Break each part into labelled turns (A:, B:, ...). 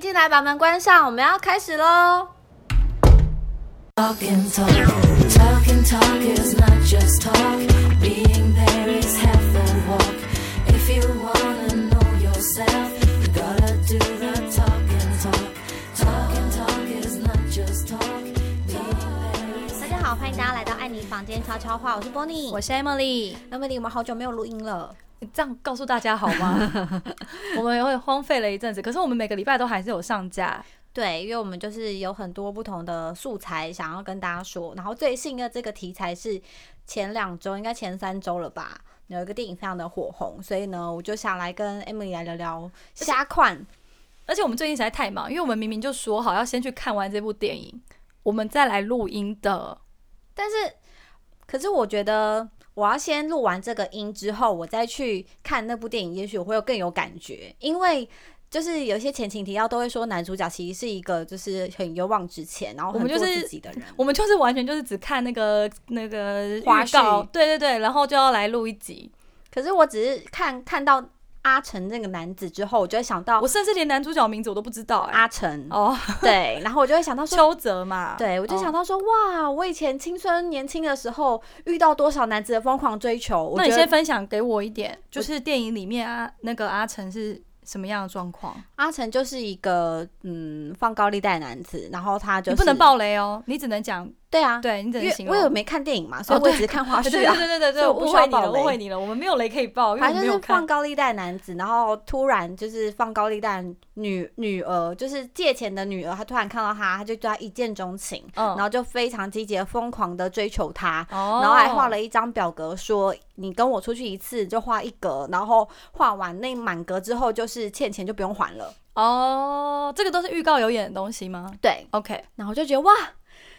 A: 进来，把门关上，我们要开始喽。
B: Talking, talk, talking, talk is not just talk. Being there is half the walk. If you wanna know yourself, you gotta do the talking, talk. Talking, talk is not just talk. Being there is
A: 大家好，欢迎大家来到安妮房间悄悄话，我是 Bonnie，
C: 我是 Emily，
A: 那么你我们好久没有录音了，
C: 你这样告诉大家好 吗？我们也会荒废了一阵子，可是我们每个礼拜都还是有上架。
A: 对，因为我们就是有很多不同的素材想要跟大家说，然后最新的这个题材是前两周，应该前三周了吧，有一个电影非常的火红，所以呢，我就想来跟 Emily 来聊聊虾款，
C: 而且我们最近实在太忙，因为我们明明就说好要先去看完这部电影，我们再来录音的。
A: 但是可是我觉得。我要先录完这个音之后，我再去看那部电影，也许我会有更有感觉，因为就是有一些前情提要都会说男主角其实是一个就是很勇往直前，然后
C: 我们
A: 很
C: 就是
A: 做自己的人，
C: 我们就是完全就是只看那个那个
A: 花
C: 预告
A: 絮
C: 对对对，然后就要来录一集。
A: 可是我只是看看到阿成那个男子之后，我就会想到
C: 我甚至连男主角名字我都不知道哎、
A: 阿成，
C: 哦，
A: 对，然后我就会想 到说，
C: 邱泽嘛，
A: 对我就
C: 哦
A: 想到说，哇，我以前青春年轻的时候遇到多少男子的疯狂追求，我
C: 那你
A: 觉
C: 先
A: 得
C: 分享给我一点，就是电影里面啊，那个阿成是什么样的状况？
A: 阿成就是一个嗯放高利贷的男子，然后他就是
C: 你不能爆雷哦，你只能讲，
A: 对啊，
C: 对你只
A: 因
C: 能
A: 为
C: 形
A: 我
C: 容。
A: 有没看电影嘛，所以
C: 哦
A: 我
C: 对
A: 只是看花
C: 对
A: 絮
C: 对
A: 啊。
C: 对对 对
A: 所以
C: 对，
A: 我不
C: 误
A: 需要
C: 会你了，
A: 爆雷
C: 误会你了，我们没有雷可以爆，因为
A: 反
C: 我们
A: 正
C: 没
A: 就是
C: 有
A: 放
C: 看。
A: 高利贷男子，然后突然就是放高利贷女女儿，就是借钱的女儿，他突然看到他，他就对他一见钟情，
C: 嗯
A: 然后就非常积极地疯狂的追求他，
C: 哦
A: 然后还画了一张表格说你跟我出去一次就画一格，然后画完那满格之后就是欠钱就不用还了。
C: 哦，这个都是预告有演的东西吗
A: 对，
C: ？OK，
A: 然后就觉得哇，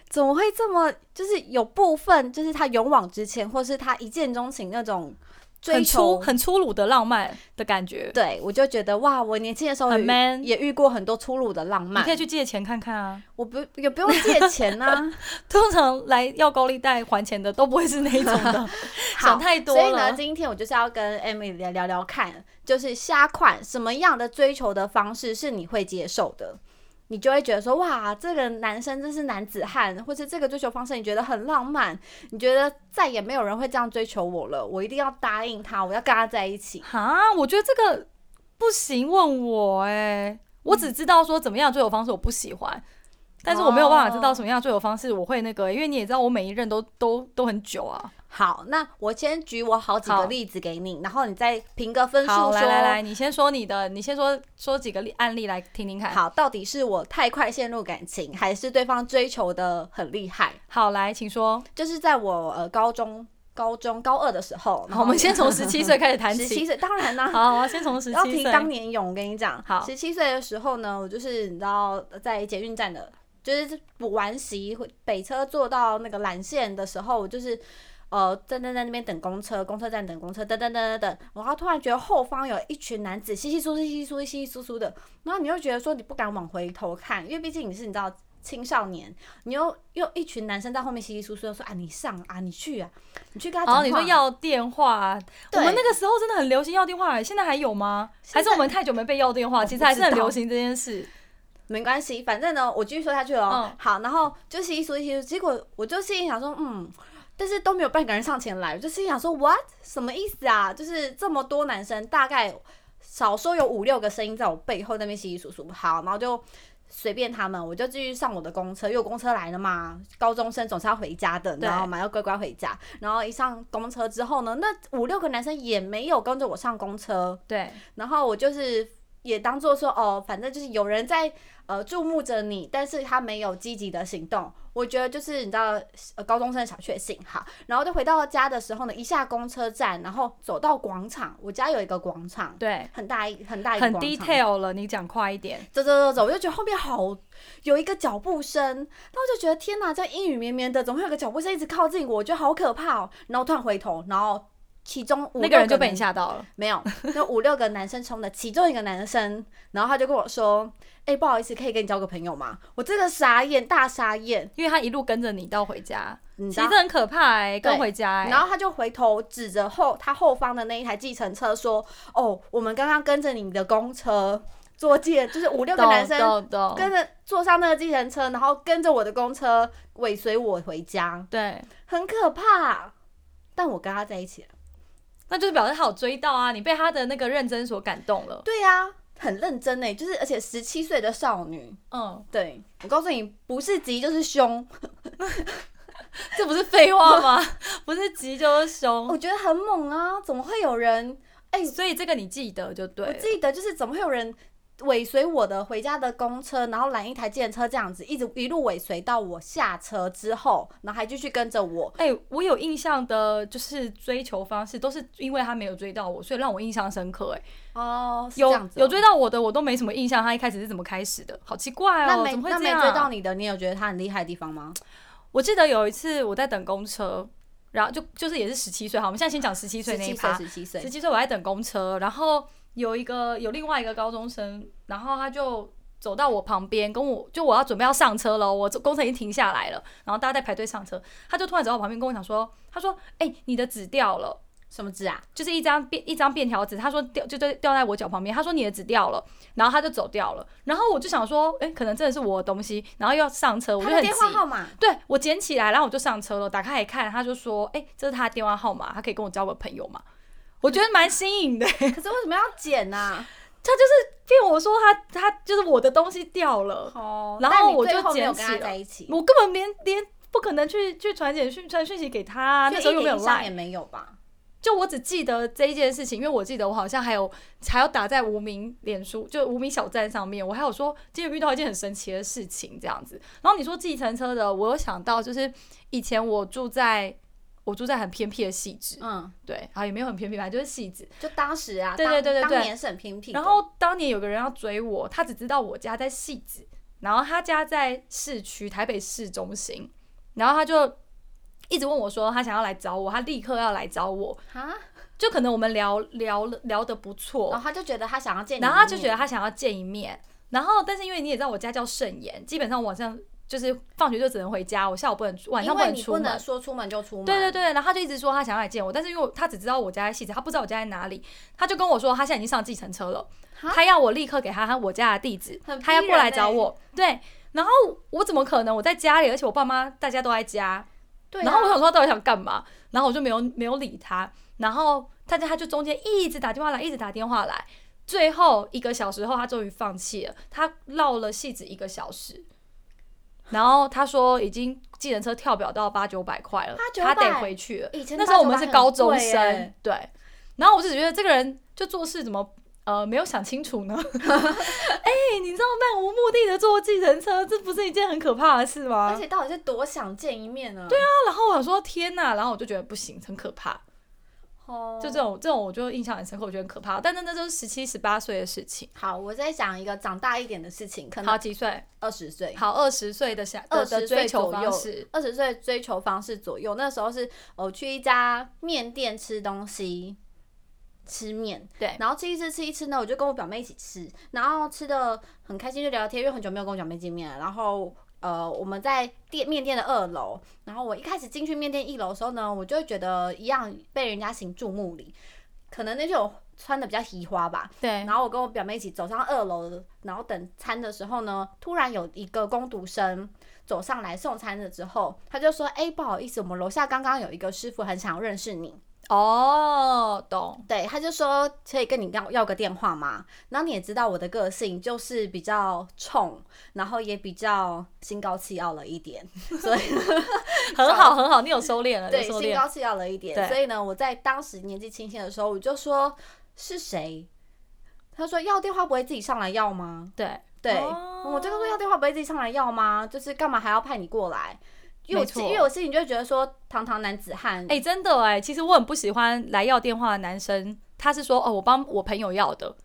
A: 怎么会这么就是有部分就是他勇往直前，或是他一见钟情那种追
C: 很粗
A: 求。
C: 很粗鲁的浪漫的感觉，
A: 对，我就觉得哇，我年轻的时候
C: 很
A: 也
C: man
A: 也遇过很多粗鲁的浪
C: 你
A: 漫。
C: 可以去借钱看看啊。
A: 我不也不用借钱啊 呐、
C: 通常来要高利贷还钱的都不会是那一种 的，
A: 好
C: 想太多
A: 所以呢，
C: 了。
A: 今天我就是要跟 Emily 来聊聊看，就是虾款什么样的追求的方式是你会接受的，你就会觉得说哇，这个男生真是男子汉，或是这个追求方式你觉得很浪漫，你觉得再也没有人会这样追求我了，我一定要答应他，我要跟他在一起。
C: 哈，我觉得这个不行，问我哎、我
A: 嗯
C: 只知道说怎么样的追求方式我不喜欢，但是我没有办法知道
A: 哦
C: 什么样的追求方式我会那个，因为你也知道我每一任都都都很久啊。
A: 好，那我先举我好几个
C: 好
A: 例子给你，然后你再评个分数
C: 好，
A: 说，
C: 来来来，你先说你的，你先说说几个例案例来听听看。，
A: 好，到底是我太快陷入感情，还是对方追求的很厉害？
C: 好来，请说。
A: 就是在我呃高中、高中高二的时候，
C: 好，我们先从十七岁开始谈
A: 十七
C: 起。
A: 岁，当然啦、
C: 好，先从十
A: 要
C: 七
A: 提
C: 岁。
A: 当年勇，我跟你讲，
C: 好
A: 十七岁的时候呢，我就是你知道，在捷运站的，就是补完习回北车坐到那个蓝线的时候，我就是呃站站在那边等公车，公车站等公车，等等等等等，然后突然觉得后方有一群男子稀稀疏疏、稀稀疏疏、稀稀疏疏的，然后你又觉得说你不敢往回头看，因为毕竟你是你知道。青少年，你又又一群男生在后面稀稀疏疏地说啊，你上啊，你去啊，你去跟他讲
C: 好，
A: 话。
C: 哦你说要电话，啊我
A: 对
C: 们那个时候真的很流行要电话，欸现在还有吗？
A: 现在
C: 还是我们太久没被要电话，
A: 我
C: 其
A: 不
C: 实还是很
A: 知道
C: 流行这件事。
A: 没关系，反正呢，我继续说下去了。
C: 嗯
A: 好，然后就稀疏稀疏，结果我就心里想说，嗯，但是都没有半个人上前来，我就心里想说，what 什么意思啊？就是这么多男生，大概少说有五六个声音在我背后那边稀稀疏疏。好，然后就随便他们，我就继续上我的公车，因为我公车来了嘛，高中生总是要回家的，你知
C: 对
A: 道吗？要乖乖回家。然后一上公车之后呢，那五六个男生也没有跟着我上公车，
C: 对，
A: 然后我就是也当做说哦，反正就是有人在呃注目着你，但是他没有积极的行动。我觉得就是你知道，呃，高中生的小确幸哈。然后就回到家的时候呢，一下公车站，然后走到广场，我家有一个广场，
C: 对，
A: 很大一很大一个
C: 很
A: 广场
C: detail 了，你讲快一点。
A: 走走走走，我就觉得后面好有一个脚步声，然后我就觉得天哪，这样阴雨绵绵的，怎么会有个脚步声一直靠近我？我觉得好可怕哦。然后突然回头，然后其中五
C: 那个人就
A: 男
C: 被你吓到了，
A: 没有，那五六个男生冲的，其中一个男生，然后他就跟我说：“哎、不好意思，可以跟你交个朋友吗？”我真的傻眼，大傻眼，
C: 因为他一路跟着你到回家，
A: 你
C: 其
A: 知
C: 实
A: 道？
C: 这很可怕哎，
A: 对
C: 跟回家哎
A: 然。后他就回头指着后他后方的那一台计程车说：“哦，我们刚刚跟着你的公车。”坐计，就是五六个
C: 懂
A: 男生
C: 懂懂
A: 跟着坐上那个计程车，然后跟着我的公车尾随我回家，
C: 对，
A: 很可怕。但我跟他在一起了，
C: 那就是表示他有追到啊，你被他的那个认真所感动了。
A: 对啊呀、很认真呢、就是而且十七岁的少女，
C: 嗯，
A: 对我告诉你，不是急就是凶，
C: 这不是废话吗？ 不是急就是凶
A: 哦我，觉得很猛啊！怎么会有人？
C: 所以这个你记得就对
A: 我
C: 了。
A: 记得就是怎么会有人尾随我的回家的公车，然后拦一台电车这样子，一直一路尾随到我下车之后，然后还继续跟着我。
C: 哎、我有印象的，就是追求方式都是因为他没有追到我，所以让我印象深刻、哎，
A: 哦，是
C: 有
A: 这样子哦
C: 有追。到我的，我都没什么印象，他一开始是怎么开始的，好奇怪
A: 那
C: 哦、
A: 没
C: 怎么会
A: 那
C: 这
A: 没
C: 样？
A: 追到你的，你有觉得他很厉害的地方吗？
C: 我记得有一次我在等公车，然后就就是也是十七岁，好，我们现在先讲十七岁
A: 十
C: 那一
A: 七
C: 趴
A: 岁，，十七
C: 十
A: 岁，
C: 七岁我在等公车，然后有一个有另外一个高中生，然后他就走到我旁边，跟我就我要准备要上车了，我公车已经停下来了，然后大家在排队上车，他就突然走到我旁边跟我讲说，他说：“哎、你的纸掉了。”
A: 什么字啊？
C: 就是一张便一张便条纸，他说掉就就掉在我脚旁边，他说你的纸掉了，然后他就走掉了，然后我就想说，哎、可能真的是我的东西，然后又要上车，我就
A: 他的
C: 很急
A: 电。话号 码
C: 对我捡起来，然后我就上车了，打开来看，他就说，哎、这是他的电话号码，他可以跟我交个朋友嘛？我觉得蛮新颖的、
A: 可是为什么要剪啊？
C: 骗我说他他就是我的东西掉了，
A: 哦
C: 然后
A: 但你
C: 我
A: 最
C: 就
A: 后没有
C: 捡
A: 跟他
C: 起了
A: 在一起，
C: 我根本连连不可能去去传简讯传讯息给他啊，那时
A: 就
C: 候
A: 一
C: 又没有
A: 点印象也
C: 赖，
A: 没有吧？
C: 就我只记得这一件事情，因为我记得我好像还有还要打在无名脸书，就无名小站上面，我还有说今天有遇到一件很神奇的事情这样子。然后你说计程车的，我有想到就是以前我住在我住在很偏僻的细致，
A: 嗯，
C: 对，啊也没有很偏僻吧，就是细致。
A: 就当时啊，
C: 对
A: 当
C: 对对对对
A: 当年是很偏僻的，
C: 然后当年有个人要追我，他只知道我家在戏子，然后他家在市区台北市中心，然后他就一直问我说他想要来找我，他立刻要来找我，
A: 啊，
C: 就可能我们聊聊了聊得不错，
A: 然后他就觉得他想要哦见你一面，
C: 然后他就觉得他想要见一面，然后但是因为你也知道我家叫圣言，基本上晚上就是放学就只能回家，我下午不能晚上
A: 因为
C: 能
A: 你
C: 出
A: 不
C: 门，
A: 能说出门就出门，
C: 对对对，然后他就一直说他想要来见我，但是因为我他只知道我家在戏子，他不知道我家在哪里，他就跟我说他现在已经上计程车了，
A: 哈
C: 他要我立刻给他他我家的地址
A: 很，
C: 他要
A: 逼
C: 过
A: 人
C: 来找
A: 欸
C: 我。对，然后我怎么可能？我在家里，而且我爸妈大家都在家，
A: 对啊，
C: 然后我想说他到底想干嘛，然后我就没有没有理他，然后大家他就中间一直打电话来，一直打电话来。最后一个小时后，他终于放弃了。他绕了戏子一个小时，然后他说已经计程车跳表到八九百块了，
A: 800-900
C: 他得回去了。
A: 以前
C: 那时候我
A: 八
C: 们
A: 九八
C: 是高中
A: 很贵
C: 生
A: 欸，
C: 对。然后我就觉得这个人就做事怎么呃没有想 清楚呢？ 哎、你知道漫无目的的坐计程车，这不是一件很可怕的事吗？
A: 而且到底是多想见一面呢？对啊，
C: 然后我想说天哪，然后我就觉得不行，很可怕。
A: 哦
C: 就这种这种，我就印象很深刻，我觉得很可怕。但那那都是十七、十八岁的事情。
A: 好，我再讲一个长大一点的事情，可
C: 好
A: 能
C: 几岁？
A: 二十岁。
C: 好二十岁的想
A: 二
C: 的
A: 十
C: 的
A: 岁
C: 追求
A: 左
C: 方
A: 右
C: 式，，
A: 二十岁追求方式左右。那时候是我去一家面店吃东西，吃面，
C: 对
A: 然后吃一吃吃一吃呢，我就跟我表妹一起吃，然后吃的很开心，就聊天，因为很久没有跟我表妹见面了。然后呃，我们在店面店的二楼，然后我一开始进去面店一楼的时候呢，我就会觉得一样被人家行注目礼，可能那种穿的比较奇花吧，
C: 对，
A: 然后我跟我表妹一起走上二楼，然后等餐的时候呢，突然有一个工读生走上来送餐了之后，他就说：“哎、不好意思，我们楼下刚刚有一个师傅很想认识你。”
C: 哦，懂，
A: 对，他就说可以跟你要要个电话吗？然后你也知道我的个性就是比较冲，然后也比较心高气傲了一点，所以
C: 很好，很好，你有收敛 了，有
A: 对
C: 收
A: 心
C: 敛，
A: 高气傲了一点。
C: 对
A: 所以呢，我在当时年纪轻轻的时候，我就说是谁？他说要电话不会自己上来要吗？
C: 对
A: 对，
C: 哦
A: 我就跟他说要电话不会自己上来要吗？就是干嘛还要派你过来？因为
C: 没
A: 我
C: 错
A: 因为我心里就会觉得说，堂堂男子汉，
C: 哎、真的哎、其实我很不喜欢来要电话的男生，他是说哦，我帮我朋友要的，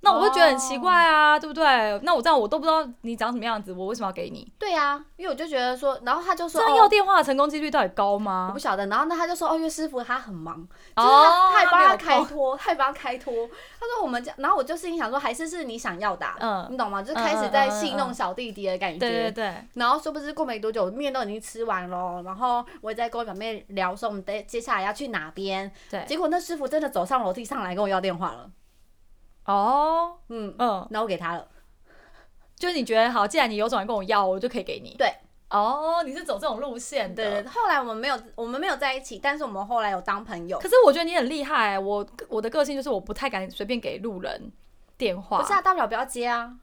C: 那我会觉得很奇怪
A: 哦
C: 啊，对不对？那我这样我都不知道你长什么样子，我为什么要给你？
A: 对啊，因为我就觉得说，然后他就
C: 这
A: 说，
C: 样要
A: 哦，
C: 电话的成功几率到底高
A: 我
C: 吗
A: 不？晓得，然后呢他就说，哦，因为师傅他很忙，就
C: 哦
A: 是他他也帮
C: 没有
A: 他开
C: 空
A: 脱，他也帮他开脱。他说我们家，然后我就心里想说，还是是你想要的啊、
C: 嗯，
A: 你懂吗？就是
C: 嗯
A: 开始
C: 嗯
A: 在
C: 嗯
A: 戏
C: 嗯
A: 弄小弟弟的感觉。
C: 对对对，
A: 然后殊不知过没多久，面都已经吃完咯，然后我也在跟我表妹聊说我们接接下来要去哪边。
C: 对
A: 结果那师傅真的走上楼梯上来跟我要电话了。
C: 哦，
A: 嗯，
C: 嗯，
A: 那我给他了。
C: 就是你觉得好，既然你有种来跟我要，我就可以给你。
A: 对，
C: 哦，你是走这种路线的。
A: 对对，对后来我们没有，我们没有在一起，但是我们后来有当朋友。
C: 可是我觉得你很厉害、我我的个性就是我不太敢随便给路人电话，
A: 不是啊，大不了不要接啊，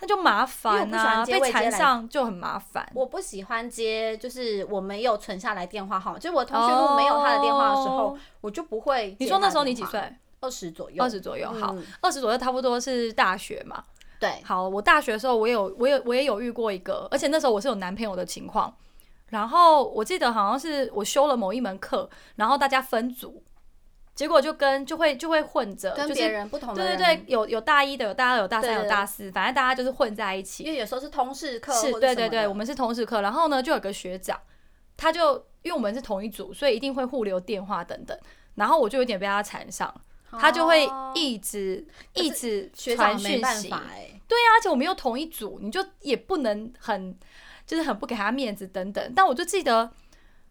C: 那就麻
A: 因为我不
C: 烦
A: 喜欢
C: 啊，
A: 接
C: 被
A: 未接
C: 缠
A: 来
C: 上就很麻烦。
A: 我不喜欢接，就是我没有存下来电话号，就是我同学如果没有他的电话的时候，
C: 哦
A: 我就不会接他的电话。
C: 你说那时候你几岁？
A: 二十左右。
C: 二十左右，好
A: 嗯，
C: 二十左右差不多是大学嘛。
A: 对，
C: 好，我大学的时候，我有，我有，我也有遇过一个，而且那时候我是有男朋友的情况。然后我记得好像是我修了某一门课，然后大家分组，结果就跟就会就会混着，
A: 跟
C: 就
A: 别
C: 是
A: 人不同的
C: 对对
A: 人。
C: 对，有有大一的，有大二，有大
A: 对
C: 三，
A: 对
C: 有大四，反正大家就是混在一起。
A: 因为有时候是通事课或
C: 是
A: 者
C: 对
A: 什
C: 对
A: 么
C: 对，
A: 的
C: 我们是同时课，然后呢，就有个学长，他就因为我们是同一组，所以一定会互留电话等等。然后我就有点被他缠上，他就会
A: 哦
C: 一直、
A: 可
C: 一
A: 是
C: 直
A: 学
C: 传
A: 长没
C: 讯
A: 办
C: 息，
A: 法哎、
C: 对啊，而且我们又同一组，你就也不能很就是很不给他面子等等。但我就记得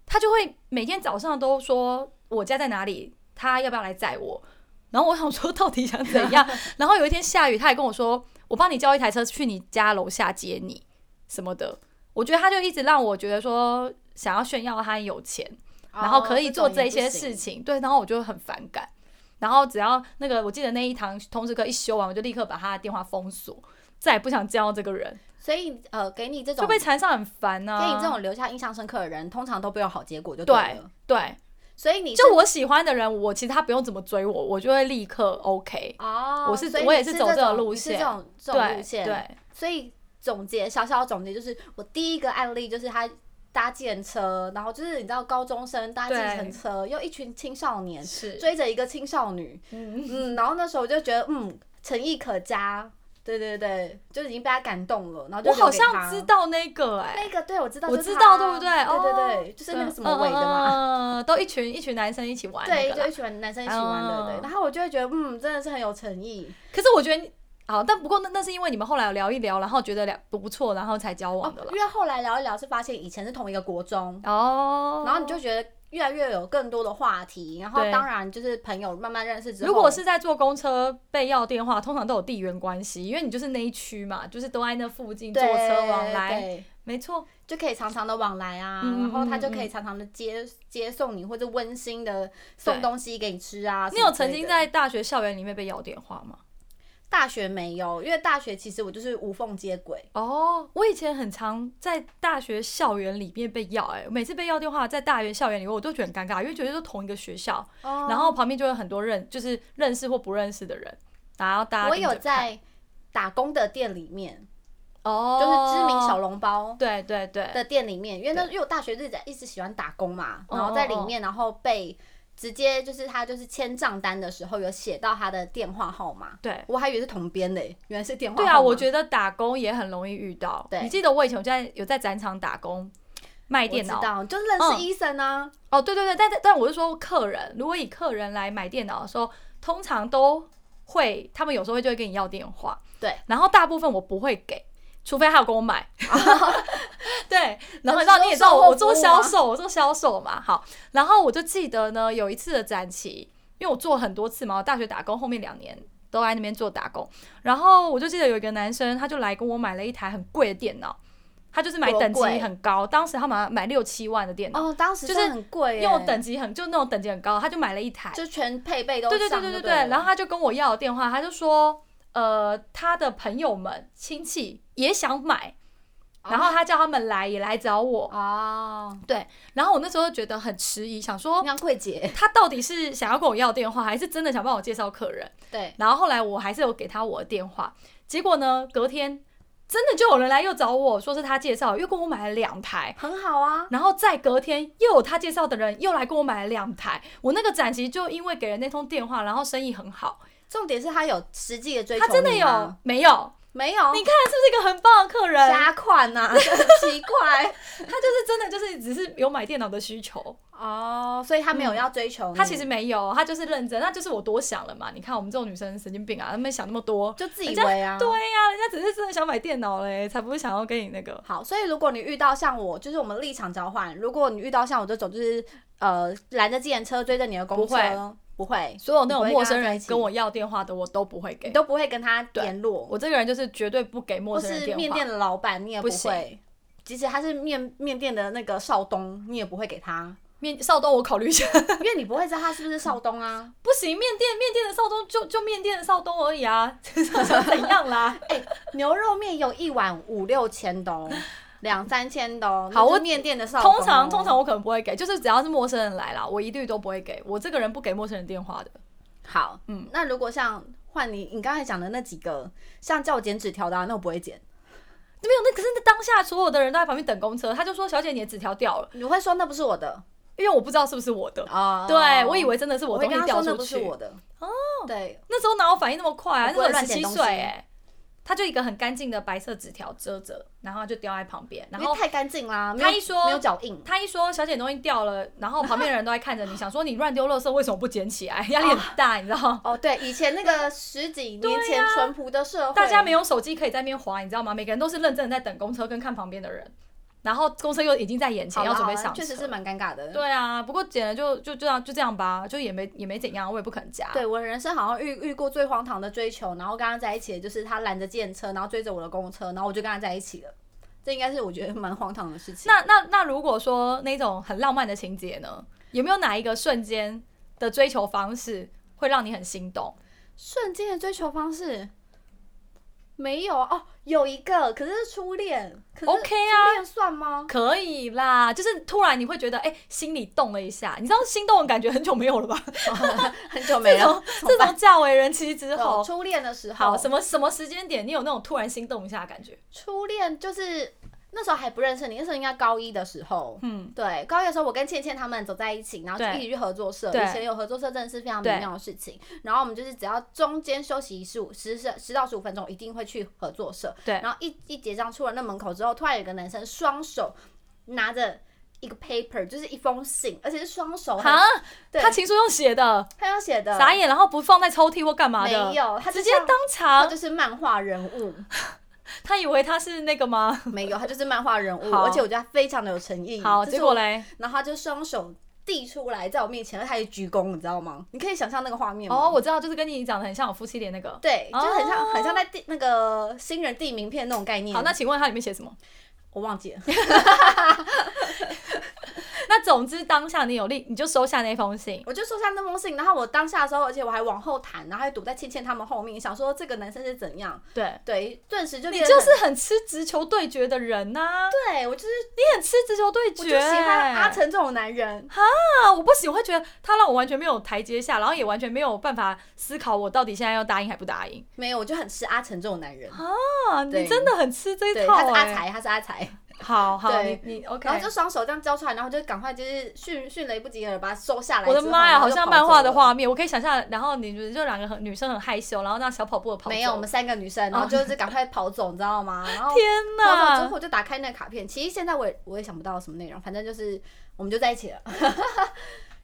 C: 他就会每天早上都说我家在哪里，他要不要来载我。然后我想说到底想怎样？然后有一天下雨，他也跟我说我帮你叫一台车去你家楼下接你什么的。我觉得他就一直让我觉得说想要炫耀他很有钱，然后可以做这些
A: 哦
C: 事情，对，然后我就很反感。然后只要那个，我记得那一堂通识课一修完，我就立刻把他的电话封锁，再也不想见到这个人，
A: 所以呃，给你这种
C: 就被缠上很烦呢、啊。
A: 给你这种留下印象深刻的人，通常都不会有好结果就
C: 对
A: 了。
C: 对，
A: 所以你是
C: 就我喜欢的人，我其实他不用怎么追我，我就会立刻 OK。
A: 哦，
C: 我是
A: 所以
C: 我也
A: 你
C: 是
A: 是
C: 走
A: 这
C: 这个
A: 种
C: 路
A: 你是
C: 线
A: 这种这种
C: 对
A: 路线。
C: 对，
A: 所以总结小小总结就是，我第一个案例就是他搭建车，然后就是你知道高中生搭计
C: 对
A: 程车，又一群青少年
C: 是
A: 追着一个青少女，
C: 嗯，
A: 嗯，然后那时候我就觉得嗯，诚意可嘉，对对对，就已经被他感动了，然后就
C: 我好
A: 留给
C: 像
A: 他
C: 知道那个哎、
A: 那个，对我知道
C: 我
A: 就是
C: 知
A: 他，
C: 道对不对？
A: 对对
C: 哦
A: 对，就是那个
C: 嗯
A: 什么伟的嘛。
C: 嗯、都一群一群男生一起玩、那
A: 对，
C: 个
A: 就
C: 啦
A: 一群男生一起玩的，对。
C: 嗯
A: 然后我就会觉得，嗯，真的是很有诚意。
C: 可是我觉得你好，但不过那那是因为你们后来有聊一聊，然后觉得聊不错，然后才交
A: 哦
C: 往的啦。
A: 因为后来聊一聊，是发现以前是同一个国中，
C: 哦，
A: 然后你就觉得越来越有更多的话题，然后
C: 对
A: 当然就是朋友慢慢认识之后，
C: 如果是在坐公车被要电话，通常都有地缘关系，因为你就是那一区嘛，就是都在那附近坐
A: 对
C: 车往来，
A: 对
C: 没错，
A: 就可以常常的往来啊，
C: 嗯
A: 然后他
C: 嗯
A: 就
C: 嗯
A: 可以常常的接接送你，或者温馨的送
C: 对
A: 东西给你吃啊。
C: 你
A: 什么
C: 有
A: 之类
C: 曾经
A: 的
C: 在大学校园里面被要电话吗？
A: 大学没有？因为大学其实我就是无缝接轨，
C: 哦，我以前很常在大学校园里面被要、哎，每次被要电话在大学校园里面，我都觉得很尴尬，因为觉得都同一个学校，然
A: 然
C: 后旁边就有很多认，就是认识或不认识的人，然后大家
A: 我
C: 盯着
A: 有
C: 看
A: 在打工的店里面，
C: 哦，
A: 就是知名小笼包。
C: 对对对，
A: 的店里面，因为那因为我大学日子一直喜欢打工嘛，
C: 哦
A: 然后在里面，然后被直接就是他就是签账单的时候有写到他的电话号码，
C: 对
A: 我还以为是同编嘞，原来是电话号
C: 对
A: 码。
C: 啊，我觉得打工也很容易遇到。
A: 对
C: 你记得我以前有在有在展场打工卖
A: 得
C: 电脑
A: 知道，就是认识
C: 嗯
A: 医生啊，
C: 哦，对对对，但但但我是说客人，如果以客人来买电脑的时候，通常都会，他们有时候会就会跟你要电话，
A: 对，
C: 然后大部分我不会给。除非他有跟 我买， 对，然后你知道你也知道我我做
A: 啊
C: 销售，我做销售嘛，好，然后我就记得呢，有一次的展期，因为我做很多次嘛，我大学打工后面两年都在那边做打工，然后我就记得有一个男生，他就来跟我买了一台很贵的电脑，他就是买
A: 多
C: 等级
A: 贵
C: 很高，当时他买买六七万的电脑，
A: 哦，当时
C: 就是
A: 真的很贵耶，
C: 因为我等级很就那种等级很高，他就买了一台，
A: 就全配备都
C: 对对对
A: 上
C: 对对
A: 就
C: 对，
A: 了
C: 然后他就跟我要了电话，他就说，呃，他的朋友们亲戚也想买，然后他叫他们来也来找我，
A: 哦，
C: 对，然后我那时候就觉得很迟疑，想说
A: 你像柜姐，
C: 他到底是想要跟我要电话，还是真的想帮我介绍客人？
A: 对，
C: 然后后来我还是有给他我的电话，结果呢，隔天真的就有人来又找我说是他介绍，又跟我买了两台，
A: 很好啊，
C: 然后再隔天又有他介绍的人又来给我买了两台，我那个展期就因为给了那通电话，然后生意很好。
A: 重点是他有实际的追求
C: 他
A: 你吗，
C: 真的有没有？
A: 没有？
C: 你看是不是一个很棒的客人？他
A: 瞎款呐、啊， 很奇 怪
C: 就是真的就是只是有买电脑的需求，
A: 哦，所以他没有要追求你，
C: 嗯他其实没有，他就是认真，那就是我多想了嘛。你看我们这种女生神经病啊，她没想那么多。
A: 就自以为啊，
C: 对呀、人家只是真的想买电脑嘞，才不是想要跟你那个。
A: 好，所以如果你遇到像我，就是我们立场交换。如果你遇到像我这种，就是呃拦着自行车追着你的公
C: 不
A: 车
C: 会，
A: 不会，
C: 所有
A: 不
C: 那种
A: 会
C: 陌
A: 跟他
C: 生
A: 在
C: 人
A: 一起
C: 跟我要电话的，我都不会给
A: 你。都不会跟他
C: 对
A: 联络。
C: 我这个人就是绝对不给陌
A: 或
C: 生人
A: 是
C: 电
A: 面
C: 话
A: 店。的老板，你也
C: 不
A: 会。即使他是面面店的那个少东，你也不会给他，
C: 面少东，我考虑一下。
A: 因为你不会知道他是不是少东 啊。
C: 不行，面店面店的少东就就面店的少东而已啊， 想怎样啦？
A: 牛肉面有一碗五六千的哦，两三千的哦。
C: 好
A: 那就
C: 我
A: 面店 的少东哦、
C: 通常通常我可能不会给，就是只要是陌生人来啦，我一律都不会给。我这个人不给陌生人电话的。
A: 好，嗯
C: 嗯，
A: 那如果像换你，你刚才讲的那几个，像叫我剪纸条的、啊，那我不会剪，
C: 没有，那可是那当下所有的人都在旁边等公车，他就说：“小姐，你的纸条掉了。
A: 你会说那不是我的”
C: 因为我不知道是不是我的，
A: 啊
C: 对我以为真的是
A: 我
C: 我
A: 会
C: 东
A: 跟
C: 西
A: 他
C: 掉
A: 说
C: 出去。
A: 那不是我的哦，对，
C: 那时候哪有反应那么快
A: 我不
C: 啊？那时
A: 会
C: 候
A: 乱
C: 十
A: 捡
C: 七
A: 东西
C: 岁哎，他就一个很干净的白色纸条遮着，然后他就丢在旁边。
A: 因
C: 然
A: 为
C: 后
A: 太干净啦，没有
C: 他一说
A: 没有脚印，
C: 他一说小姐你东西掉了，然后旁边的人都在看着你，想说你乱丢垃圾为什么不捡起来？ 压力很大，你知道。
A: 哦，对，以前那个十几
C: 对
A: 年
C: 啊
A: 前淳朴的社会，
C: 大家没有手机可以在那边滑，你知道吗？每个人都是认真的在等公车跟看旁边的人，然后公车又已经在眼前
A: 好啦
C: 要准备
A: 好啦
C: 上车，
A: 确实是蛮尴尬的。
C: 对啊，不过捡了就就这样就这样吧，就也没也没怎样，我也不肯加。
A: 对，我的人生好像遇遇过最荒唐的追求，然后跟他在一起的就是他拦着电车，然后追着我的公车，然后我就跟他在一起了。这应该是我觉得蛮荒唐的事情。
C: 那那那如果说那种很浪漫的情节呢，有没有哪一个瞬间的追求方式会让你很心动？
A: 瞬间的追求方式没有哦，有一个可是是初恋，可是
C: OK 啊
A: 初恋算吗？
C: 可以啦，就是突然你会觉得哎、心里动了一下，你知道心动的感觉很久没有 了吧？
A: 很久没
C: 自
A: 有
C: 从，自从嫁为人妻之
A: 有
C: 后，
A: 初恋的时候，
C: 好什么什么时间点你有那种突然心动一下的感觉？
A: 初恋就是那时候还不认识你，那时候应该高一的时候。
C: 嗯，
A: 对，高一的时候我跟倩倩他们走在一起，然后就
C: 对
A: 一起去合作社。
C: 对
A: 以前有合作社真的是非常
C: 对
A: 美妙的事情。然后我们就是只要中间休息十五十十十到十五分钟，一定会去合作社。
C: 对
A: 然后一一结账出了那门口之后，突然有一个男生双手拿着一个 paper，就是一封信，而且是双手很，
C: 哈，
A: 哦对
C: 他情书用写的，
A: 他要写的
C: 傻眼，然后不放在抽屉或干嘛的，
A: 没有，他就
C: 直接
A: 像
C: 当
A: 他
C: 场
A: 就，是漫画人物，
C: 他以为他是那个吗？
A: 没有，他就是漫画人物，
C: 好
A: 而且我觉得他非常的有诚意。
C: 好，
A: 这是
C: 结
A: 我
C: 果嘞，
A: 然后他就双手递出来在我面前，而且他还鞠躬，你知道吗？你可以想象那个画面吗？
C: 哦，我知道，就是跟你讲的很像我夫妻脸那个。
A: 对，就很像、
C: 哦
A: 很像在递那个新人递名片那种概念。
C: 好，那请问它里面写什么？
A: 我忘记了。
C: 那总之当下你有立，你就收下那封信。
A: 我就收下那封信，然后我当下的时候，而且我还往后弹，然后还躲在倩倩他们后面，想说这个男生是怎样。
C: 对，
A: 对，顿时就
C: 你
A: 变得
C: 就
A: 很
C: 是很吃直球对决的人呐、
A: 对我就是
C: 你很吃直球对
A: 我
C: 决、
A: 就喜欢阿成这种男人。
C: 啊！我不行，我会觉得他让我完全没有台阶下，然后也完全没有办法思考我到底现在要答应还不答应
A: 没有，我就很吃阿成这种男人。
C: 啊！
A: 对
C: 你真的很吃这
A: 对，
C: 一
A: 他
C: 套、
A: 是阿
C: 欸。
A: 才，他是阿才。
C: 好好，
A: 对
C: 你你 OK
A: 然。后就双手这样交出来，然后就赶快就是迅迅雷不及掩耳把他收下来之
C: 我
A: 后。
C: 的妈呀，
A: 然后
C: 好
A: 就
C: 像
A: 跑
C: 漫画
A: 走
C: 的
A: 了
C: 画面，我可以想象。然后你们就两个很女生很害羞，然后那小跑步的跑
A: 没有，
C: 走哦
A: 我们三个女生，然后就是赶快跑走，你知道 吗？然后
C: 天
A: 跑走之
C: 哪
A: 后，我就打开那个卡片。其实现在我也我也想不到什么内容，反正就是我们就在一起了。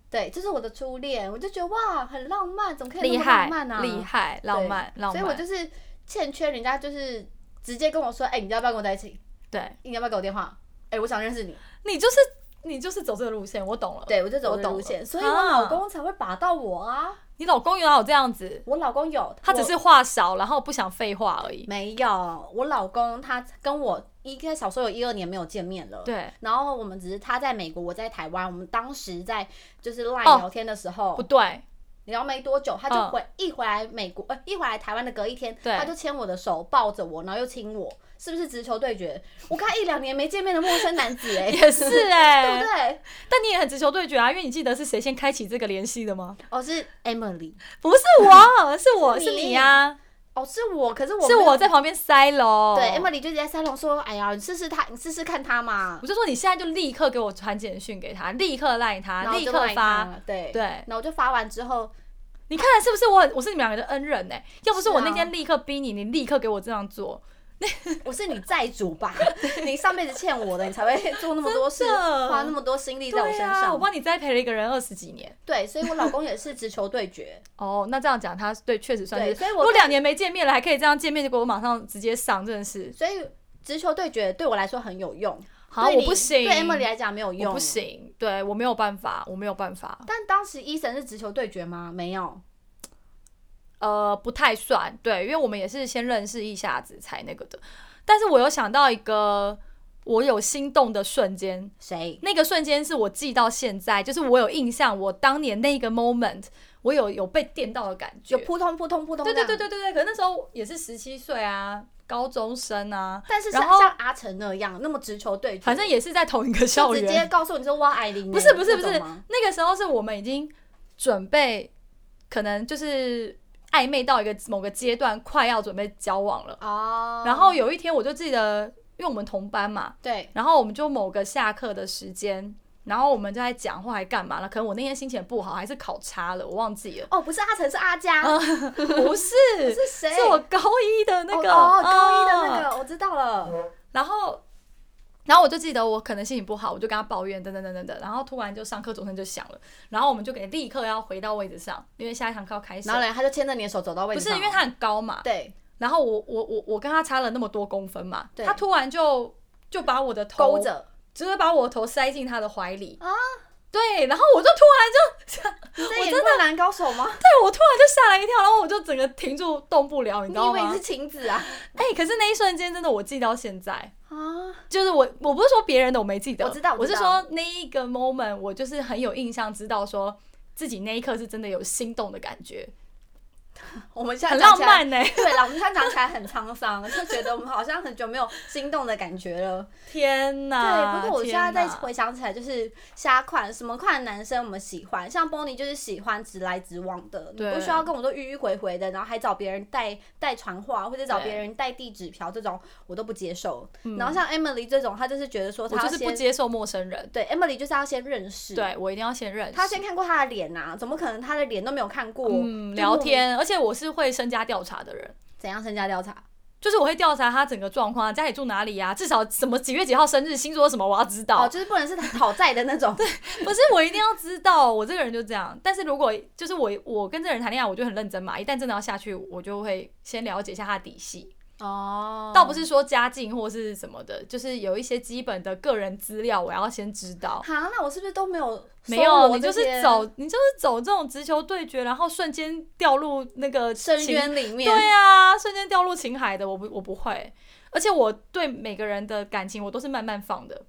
A: 对，这是我的初恋，我就觉得哇，很浪漫，怎么可以
C: 厉
A: 那么
C: 害
A: 浪漫啊？
C: 厉害，浪漫
A: 对
C: 浪漫。
A: 所以我就是欠缺人家，就是直接跟我说，哎、你要不要跟我在一起？
C: 对
A: 你要不要给我电话？哎、我想认识你。
C: 你就是你就是走这个路线，我懂了。
A: 对，我就走
C: 我
A: 这
C: 懂
A: 路
C: 了
A: 线，所以
C: 啊
A: 我老公才会把到我啊。
C: 你老公原来有这样子，
A: 我老公有，
C: 他只
A: 我
C: 是话少，然后不想废话而已。
A: 没有，我老公他跟我应该小时候有一二年没有见面了。
C: 对，
A: 然后我们只是他在美国，我在台湾。我们当时在就是 LINE
C: 哦
A: 聊天的时候，
C: 不对，
A: 聊没多久，他就
C: 嗯
A: 回、一回来美国，呃，一回来台湾的隔一天，
C: 对
A: 他就牵我的手，抱着我，然后又亲我，是不是直球对决？我看一两年没见面的陌生男子、欸，
C: 也 是
A: 对
C: 哎、
A: 不对？
C: 但你也很直球对决啊，因为你记得是谁先开启这个联系的吗？
A: 哦，是 Emily，
C: 不是我，是我
A: 是
C: 是
A: 你
C: 你呀、
A: 哦，是我，可是我
C: 是
A: 没有
C: 我在哦旁边塞喽。
A: 对 Emily 就直接塞隆说，哎呀，你试试他，你试试看他嘛
C: 我，就说你现在就立刻给我传简讯给他，立刻赖他，
A: 然后
C: 立
A: 就
C: 刻
A: line
C: 发。
A: 他，对
C: 对
A: 然后我就发完之后，
C: 你看是不是我很我是你们两个的恩人呢、要不是我
A: 是啊
C: 那天立刻逼你，你立刻给我这样做，
A: 我是你债主 吧？你上辈子欠我的，你才会做那么多事，
C: 真的
A: 花那么多心力在我身
C: 对啊，
A: 上。
C: 我帮你栽培了一个人二十几年。
A: 对，所以我老公也是直球对 决。
C: 哦，那这样讲，他对确实算
A: 对，
C: 是。
A: 所以
C: 如
A: 我
C: 果两年没见面了，还可以这样见面，结果我马上直接上，真的是
A: 所以直球对决对我来说很有用。
C: 好，
A: 对
C: 我
A: 你
C: 不行，
A: 对 Emily 来讲没有用，
C: 我不。行，对我没有办法，我没有办法，
A: 但当时医生是直球对决吗？没有，
C: 呃，不太算，对，因为我们也是先认识一下子才那个的。但是我有想到一个我有心动的瞬间，
A: 谁？
C: 那个瞬间是我记到现在，就是我有印象，我当年那个 moment，我有有被电到的感觉
A: 有。扑通扑通扑通。
C: 对对对。对对对，可是那时候也是十七岁啊，高中生啊，
A: 但是像
C: 然后
A: 像阿成那样那么直球对决，
C: 反正也是在同一个校
A: 就直
C: 园，
A: 接告诉你说我爱你。
C: 不是不是不
A: 那
C: 是
A: 种吗，
C: 那个时候是我们已经准备，可能就是暧昧到一个某个阶段，快要准备交往了。
A: 哦。
C: 然后有一天，我就记得，因为我们同班嘛，
A: 对，
C: 然后我们就某个下课的时间，然后我们就在讲话，还干嘛了？可能我那天心情不好，还是考差了，我忘
A: 。
C: 记了
A: 哦，不是阿成，是阿佳，
C: 不是，
A: 是谁？
C: 啊是我高一的那个，
A: 哦，哦高一的
C: 嗯
A: 那个，我知道了。
C: 然后，然后我就记得我可能心情不好，我就跟他抱怨等等等等等，然后突然就上课钟声就响了，然后我们就给立刻要回到位置上，因为下一堂课要开始
A: 然。后呢，他就牵着你的手走到位
C: 不
A: 置
C: 是
A: 上哦
C: 因为他很高嘛，
A: 对
C: 然后我我我我跟他差了那么多公分嘛，
A: 对
C: 他突然就就把我的头
A: 勾，着，
C: 就是把我头塞进他的怀里
A: 啊。
C: 对，然后我就突然就，
A: 你在
C: 我
A: 演
C: 真
A: 灌篮高手吗？
C: 对我突然就吓了一跳，然后我就整个停住动不了，你
A: 你
C: 知
A: 以
C: 道
A: 为你
C: 吗
A: 是？晴子啊？
C: 哎、可是那一瞬间真的我记到现在，
A: 啊，
C: 就是我，我不是说别人的，我没记得，
A: 我知道我
C: 我
A: 知
C: 是
A: 道
C: 说那一个 moment，我就是很有印象，知道说自己那一刻是真的有心动的感觉，
A: 我们现在
C: 很
A: 啊讲
C: 浪
A: 起来。
C: 漫呢、欸
A: 对啦，我们现在讲起来很沧桑，就觉得我们好像很久没有心动的感觉了。
C: 天哪！
A: 对，不过我现
C: 啊天
A: 在再
C: 哪
A: 回想起来，就是虾款什么款的男生我们喜欢，像 Bonnie 就是喜欢直来直往的，你
C: 对
A: 不需要跟我都迂迂回回的，然后还找别人带带传话或者找别人带地址条这种，我都不接受。然后像 Emily 这种，她就是觉得说
C: 嗯我
A: 她
C: 就
A: 要
C: 是不
A: 先
C: 接受陌生人，
A: 对 Emily 就是要先认识，，
C: 对我一定要先认识
A: 她先看过她的脸啊，怎么可能她的脸都没有看过？
C: 嗯
A: 就
C: 聊
A: 莫名
C: 天，而且我是会身家调查的人。
A: 怎样身家调查？
C: 就是我会调查他整个状况啊，家里住哪里呀、至少什么几月几号生日、星座什么，我要知道。
A: 哦，就是不能是讨债的那 种，对，
C: 不是我一定要知道，我这个人就这样。但是如果就是我我跟这个人谈恋爱，我就很认真嘛。一旦真的要下去，我就会先了解一下他的底细，
A: 哦
C: 倒不是说家境或是什么的，就是有一些基本的个人资料，我要先知道。
A: 哈，那我是不是都没有？
C: 没有，你就是走，你就是走这种直球对决，然后瞬间掉入那个
A: 深
C: 情
A: 渊里面。
C: 对啊，瞬间掉入情海的，我不我不会。而且我对每个人的感情，我都是慢慢放的。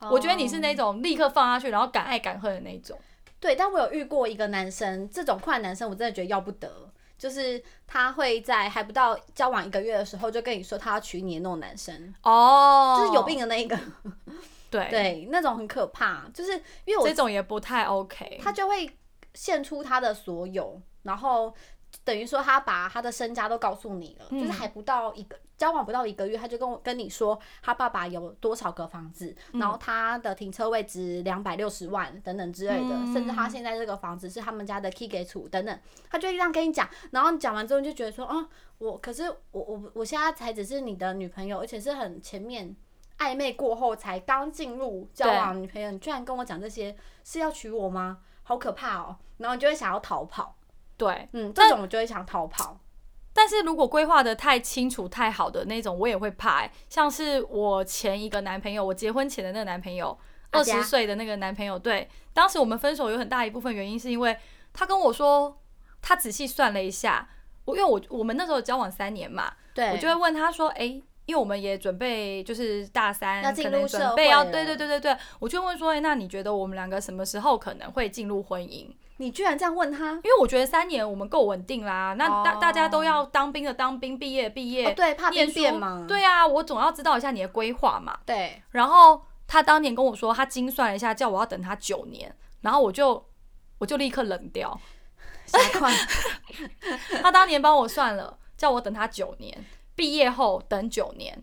A: 哦
C: 我觉得你是那种立刻放下去，然后敢爱敢恨的那种。
A: 对，但我有遇过一个男生，这种快男生我真的觉得要不得，就是他会在还不到交往一个月的时候就跟你说他要娶你的那种男生，
C: 哦
A: 就是有病。的那一个，
C: 对，
A: 对，那种很可怕，就是因为
C: 这
A: 我
C: 种也不太 OK。
A: 他就会献出他的所有，然后。等于说，他把他的身家都告诉你了，就是
C: 嗯
A: 还不到一个交往不到一个月，他就跟我跟你说他爸爸有多少个房子，
C: 嗯
A: 然后他的停车位值两百六十万等等之类的，
C: 嗯
A: 甚至他现在这个房子是他们家的 key 给处等等，他就这样跟你讲，然后你讲完之后你就觉得说，哦、我可是我我我现在才只是你的女朋友，而且是很前面暧昧过后才刚进入交往的女朋友，你居然跟我讲这些，是要娶我吗？好可怕哦！然后你就会想要逃跑，
C: 对，
A: 嗯，这
C: 但
A: 种我就会想逃跑。
C: 但是如果规划的太清楚、太好的那种，我也会怕欸、像是我前一个男朋友，我结婚前的那个男朋友，
A: 阿
C: 二
A: 佳
C: 十岁的那个男朋友，对，当时我们分手有很大一部分原因是因为他跟我说，他仔细算了一下，我因为我我们那时候交往三年嘛，
A: 对，
C: 我就会问他说，诶，因为我们也准备就是大三，
A: 要进入
C: 可能
A: 社
C: 准
A: 会
C: 备要
A: 了
C: 对对对对对，我就问说，诶，那你觉得我们两个什么时候可能会进入婚姻？
A: 你居然这样问他，
C: 因为我觉得三年我们够稳定啦，那大、
A: 哦
C: 大家都要当兵的当兵，毕业的毕业，
A: 哦，对，怕
C: 念
A: 兵
C: 书
A: 变嘛，
C: 对啊，我总要知道一下你的规划嘛。
A: 对，
C: 然后他当年跟我说，他精算了一下，叫我要等他九年，然后我就我就立刻冷掉。
A: 瞎款
C: 他当年帮我算了，叫我等他九年，毕业后等九年。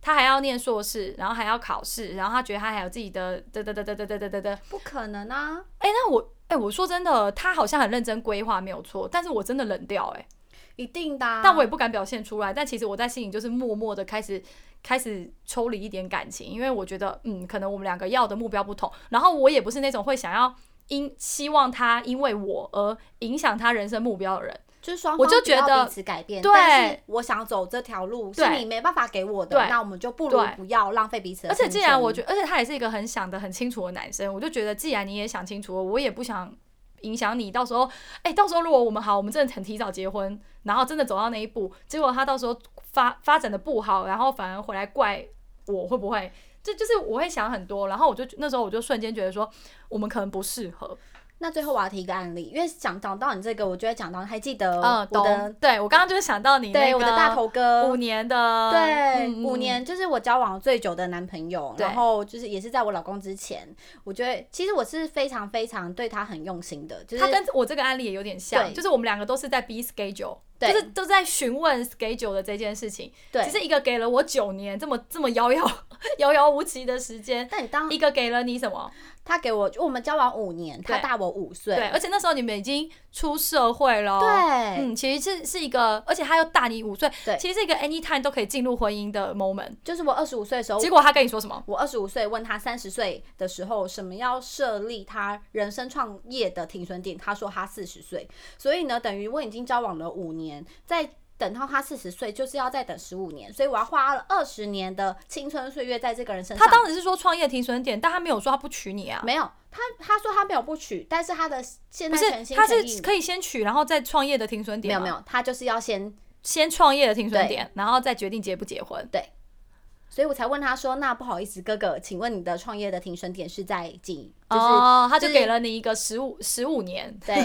C: 他还要念硕士，然后还要考试，然后他觉得他还有自己的得得得得得得得得得。
A: 不可能啊！
C: 哎、那我哎、我说真的，他好像很认真规划，没有错，但是我真的冷掉哎、
A: 一定的、啊。
C: 但我也不敢表现出来。但其实我在心里就是默默的开始开始抽离一点感情，因为我觉得，嗯，可能我们两个要的目标不同，然后我也不是那种会想要因希望他因为我而影响他人生目标的人。
A: 就是双方
C: 我就觉得
A: 不要彼此改变，
C: 对
A: 但是我想走这条路是
C: 对
A: 你没办法给我的，
C: 对
A: 那我们就不如
C: 对
A: 不要浪费彼此的
C: 而
A: 青春。
C: 且既然我觉得，而且他也是一个很想的很清楚的男生，我就觉得既然你也想清楚了，我也不想影响你。到时候，哎、到时候如果我们好，我们真的很提早结婚，然后真的走到那一步，结果他到时候发发展的不好，然后反而回来怪我，会不会？这就是我会想很多，然后我就那时候我就瞬间觉得说，我们可能不适合。
A: 那最后我要提一个案例，因为讲讲到你这个，我觉得讲到还记得
C: 嗯，
A: 呃我
C: 懂
A: 的。
C: 对我刚刚就是想到你那
A: 对
C: 个
A: 我的大头哥
C: 五年的，
A: 对，
C: 嗯
A: 五，年就是我交往最久的男朋友，
C: 对
A: 然后就是也是在我老公之前，我觉得其实我是非常非常对他很用心的，就是
C: 他跟我这个案例也有点像，
A: 对
C: 就是我们两个都是在逼 schedule，就
A: 对
C: 是都在询问 schedule 的这件事情。
A: 对，
C: 其实一个给了我九年这么这么遥遥遥遥无期的时间，
A: 但你当
C: 一个给了你什么？
A: 他给我，就我们交往五年，他
C: 对
A: 大我五岁，
C: 对，而且那时候你们已经出社会了。
A: 对
C: 嗯，其实是是一个，而且他又大你五岁，
A: 对
C: 其实是一个 anytime 都可以进入婚姻的 moment。
A: 就是我二十五岁的时候，
C: 结果他跟你说什么？
A: 我二十五岁问他三十岁的时候什么要设立他人生创业的停损点，他说他四十岁，所以呢，等于我已经交往了五年，在。等到他四十岁，就是要再等十五年，所以我要花了二十年的青春岁月在这个人身上。
C: 他当时是说创业停损点，但他没有说他不娶你啊。
A: 没有他，他说他没有不娶，但是他的现
C: 不
A: 在
C: 是
A: 全，心
C: 他
A: 全意
C: 是可以先娶，然后再创业的停损
A: 没
C: 点
A: 有
C: 吗。
A: 没有，他就是要先
C: 先创业的停损
A: 对
C: 点，然后再决定结不结婚。
A: 所以我才问他说：“那不好意思，哥哥，请问你的创业的停损点是在几？就是、
C: 哦，他就
A: 就是
C: 给了你一个十五十五年，
A: 对，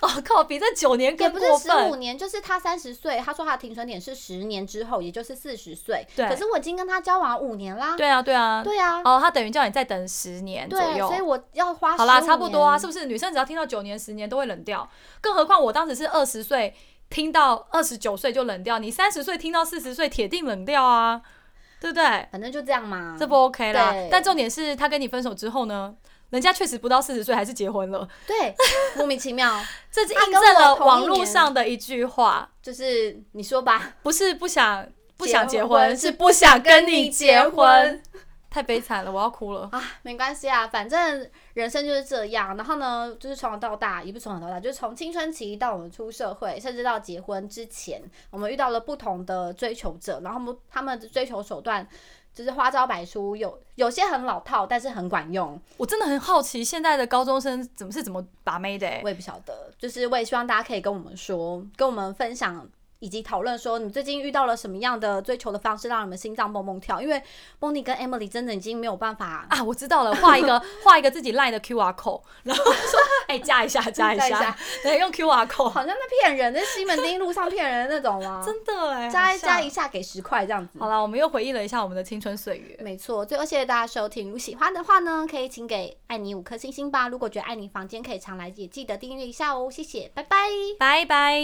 C: 哦靠，比这九年
A: 也
C: 更
A: 不是
C: 过
A: 十五
C: 分。
A: 年，就是他三十岁，他说他的停损点是十年之后，也就是四十岁。
C: 对
A: 可是我已经跟他交往五年啦。
C: 对啊，对啊，
A: 对啊，
C: 哦，他等于叫你再等十年左
A: 对，
C: 右
A: 所。以我要花
C: 好啦，
A: 15
C: 差不多啊，
A: 年
C: 是不是？女生只要听到九年、十年都会冷掉，更何况我当时是二十岁，听到二十九岁就冷掉，你三十岁听到四十岁，铁定冷掉啊，对不对？
A: 反正就这样嘛。
C: 这不 OK 啦
A: 嗯对。
C: 但重点是他跟你分手之后呢，人家确实不到四十岁还是结婚了，
A: 对，莫名其妙，
C: 这是
A: 他
C: 印
A: 啊跟
C: 证
A: 我
C: 了
A: 同一
C: 网络
A: 年
C: 上的一句话。
A: 就是你说吧，
C: 不是不想不想结
A: 结
C: 婚，
A: 婚
C: 是不想跟你结
A: 跟你结婚
C: 婚，太悲惨了，我要哭了。
A: 啊，没关系啊，反正人生就是这样。然后呢，就是从小到大，也不是从小到大，就是从青春期到我们出社会，甚至到结婚之前，我们遇到了不同的追求者，然后他们他们的追求手段就是花招百出，有有些很老套，但是很管用。
C: 我真的很好奇，现在的高中生怎么是怎么把妹的、欸？
A: 我也不晓得，就是我也希望大家可以跟我们说，跟我们分享。以及讨论说，你最近遇到了什么样的追求的方式，让你们心脏蹦蹦跳？因为梦妮跟 Emily 真的已经没有办法
C: 啊，我知道了，画一个画一个自己赖的 QR code，然后说，哎、加一下，加一
A: 加一
C: 下
A: 下，
C: 对，用 QR code，
A: 好像在骗人，在西门町路上骗人的那种啊，
C: 真的哎、
A: 加
C: 好
A: 一
C: 像
A: 加一。下给十块这样子。
C: 好啦，我们又回忆了一下我们的青春岁月。
A: 没错，最后谢谢大家收听。如果喜欢的话呢，可以请给爱你五颗星星吧。如果觉得爱你房间可以常来，也记得订阅一下哦。谢谢，拜拜。
C: 拜拜。